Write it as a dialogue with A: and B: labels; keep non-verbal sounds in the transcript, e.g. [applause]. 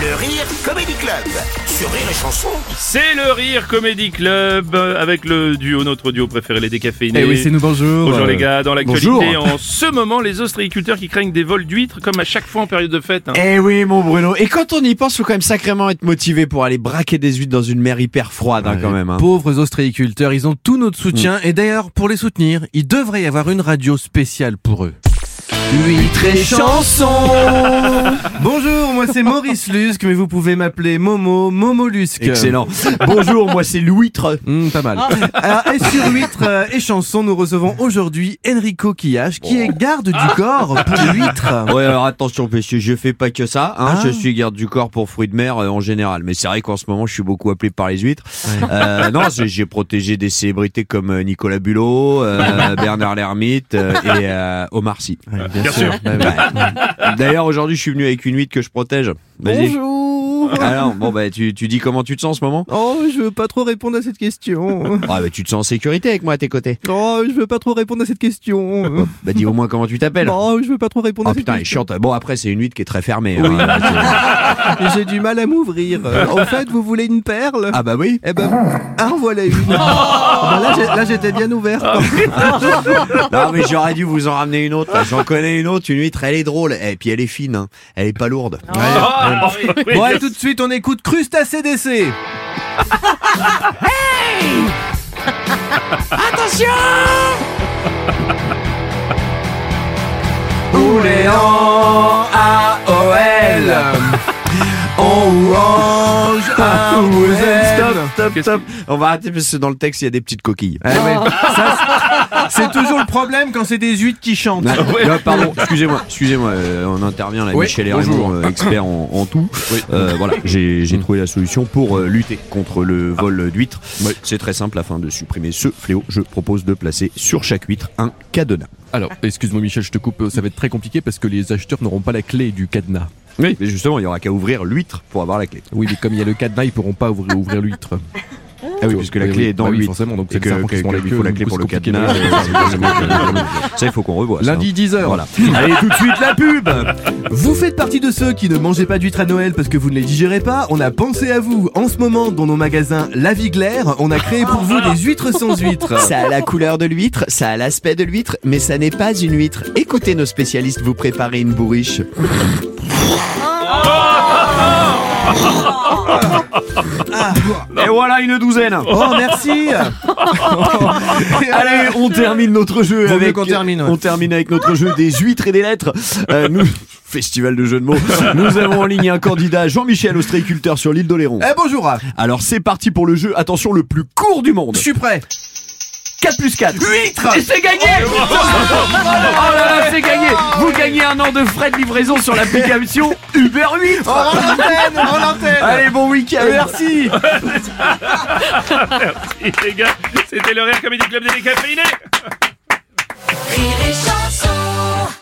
A: Le Rire Comedy Club sur Rire et Chanson.
B: C'est le Rire Comedy Club euh, avec le duo, notre duo préféré, les décaféinés.
C: Eh oui, c'est nous, bonjour.
B: Bonjour
C: Euh,
B: les gars, dans l'actualité,
C: bonjour.
B: en ce moment, les ostréiculteurs qui craignent des vols d'huîtres comme à chaque fois en période de fête. hein.
C: Eh oui, mon Bruno. Et quand on y pense, faut quand même sacrément être motivé pour aller braquer des huîtres dans une mer hyper froide, hein, quand même. hein.
D: Pauvres ostréiculteurs, ils ont tout notre soutien et d'ailleurs, pour les soutenir, il devrait y avoir une radio spéciale pour eux. Huîtres et chansons [laughs] Bonjour, moi c'est Maurice Lusque, mais vous pouvez m'appeler Momo, Momo Lusque. [laughs]
C: Excellent. bonjour, moi c'est Louitre.
D: Hmm, pas mal. Alors, et sur huîtres euh, et chansons, nous recevons aujourd'hui Enrico Quillage,
C: Oh.
D: qui est garde du corps pour
C: Ah.
D: les huîtres.
C: Ouais, alors attention, monsieur, je fais pas que ça. Hein,
D: Ah.
C: Je suis garde du corps pour fruits de mer euh, en général. Mais c'est vrai qu'en ce moment, je suis beaucoup appelé par les huîtres.
D: [laughs]
C: Euh, non, j'ai j'ai protégé des célébrités comme euh, Nicolas Bulot, euh, [laughs] Bernard Lermite euh, et euh, Omar Sy.
D: bien,
B: sûr.
D: bah
C: Ouais. D'ailleurs, aujourd'hui, je suis venu avec une huître que je protège. Vas-y.
D: Bonjour
C: Alors, bon, bah, tu, tu dis comment tu te sens en ce moment
D: Oh, je veux pas trop répondre à cette
C: [laughs]
D: question.
C: Ah, bah, tu te sens en sécurité avec moi à tes côtés.
D: Oh, je veux pas trop répondre à cette question.
C: Bah, dis au moins comment tu t'appelles.
D: Oh, je veux pas trop répondre
C: Oh
D: à cette
C: putain, elle est
D: question.
C: chiante. Bon, après, c'est une huître qui est très fermée. hein.
D: J'ai du mal à m'ouvrir.
C: [laughs]
D: Euh, En fait, vous voulez une perle
C: Ah, bah oui.
D: Eh ben, ah, en
C: [laughs]
D: voilà une. Ah ben là, j'ai- là, j'étais bien ouverte.
C: Ah, ben, Non, mais j'aurais dû vous en ramener une autre. là. J'en connais une autre, une huître, elle est drôle. Et puis, elle est fine. hein. Elle est pas lourde.
B: Ah, oui, oui,
D: Bon, allez,
B: bien
D: tout de suite, on écoute Crustacé [laughs] DC.
C: Ouléan à OL. En orange à
D: Ouzen.
C: Stop, stop, stop. On va arrêter parce que dans le texte, il y a des petites coquilles.
D: Eh ouais, ça, c'est c'est toujours le problème quand c'est des huîtres qui chantent.
C: Ah, ah, pardon, excusez-moi, excusez-moi, euh, on intervient là,
D: Oui,
C: Michel
D: bonjour.
C: Raymond, euh, expert en, en tout. Euh, voilà, j'ai j'ai trouvé la solution pour euh, lutter contre le vol d'huîtres. C'est très simple, afin de supprimer ce fléau, je propose de placer sur chaque huître un cadenas.
E: Alors, excuse-moi Michel, je te coupe, ça va être très compliqué parce que les acheteurs n'auront pas la clé du cadenas.
C: Oui. Mais justement, il y aura qu'à ouvrir l'huître pour avoir la clé.
E: Oui, mais comme il y a le cadenas, ils pourront pas ouvrir, ouvrir l'huître.
C: Ah oui, puisque la
E: Oui,
C: clé
E: oui.
C: est dans
E: Bah oui,
C: l'huître.
E: forcément, donc
C: Et
E: c'est
C: que,
E: le serpent qui
C: que-
E: se prend
C: que-
E: la
C: il
E: queue,
C: faut la
E: donc
C: clé
E: du coup,
C: pour le
E: c'est compliqué.
C: cadenas. euh, [laughs] Ça, il faut qu'on revoie. ça, hein.
E: Lundi 10h.
D: [laughs]
C: Voilà. Allez, tout de suite la pub
D: Vous faites partie de ceux qui ne mangez pas d'huîtres à Noël parce que vous ne les digérez pas, on a pensé à vous. En ce moment, dans nos magasins La Viglaire, on a créé pour vous des huîtres sans huîtres.
F: Ça a la couleur de l'huître, ça a l'aspect de l'huître, mais ça n'est pas une huître. Écoutez nos spécialistes vous préparer une bourriche.
C: [laughs] Et voilà une douzaine
D: Oh, merci
C: [laughs] Allez, on termine notre jeu
D: Vaut mieux
C: avec.
D: qu'on termine, ouais.
C: On termine avec notre jeu des huîtres et des lettres. Euh, nous, [laughs] festival de jeux de mots. Nous avons en ligne un candidat, Jean-Michel, ostréiculteur sur l'île d'Oléron.
D: Eh, bonjour
C: Alors c'est parti pour le jeu. Attention, le plus court du monde.
D: Je suis prêt
C: 4 plus 4.
D: Huîtres
C: Et c'est gagné Oh là là, c'est gagné Vous gagnez un an de frais de livraison sur l'application Uber 8
D: Oh l'antenne Oh l'antenne
C: Allez, bon week-end Merci
B: sûr, [laughs] les gars. C'était le Rire Comedy Club des décaféinés.
G: Rire et chanson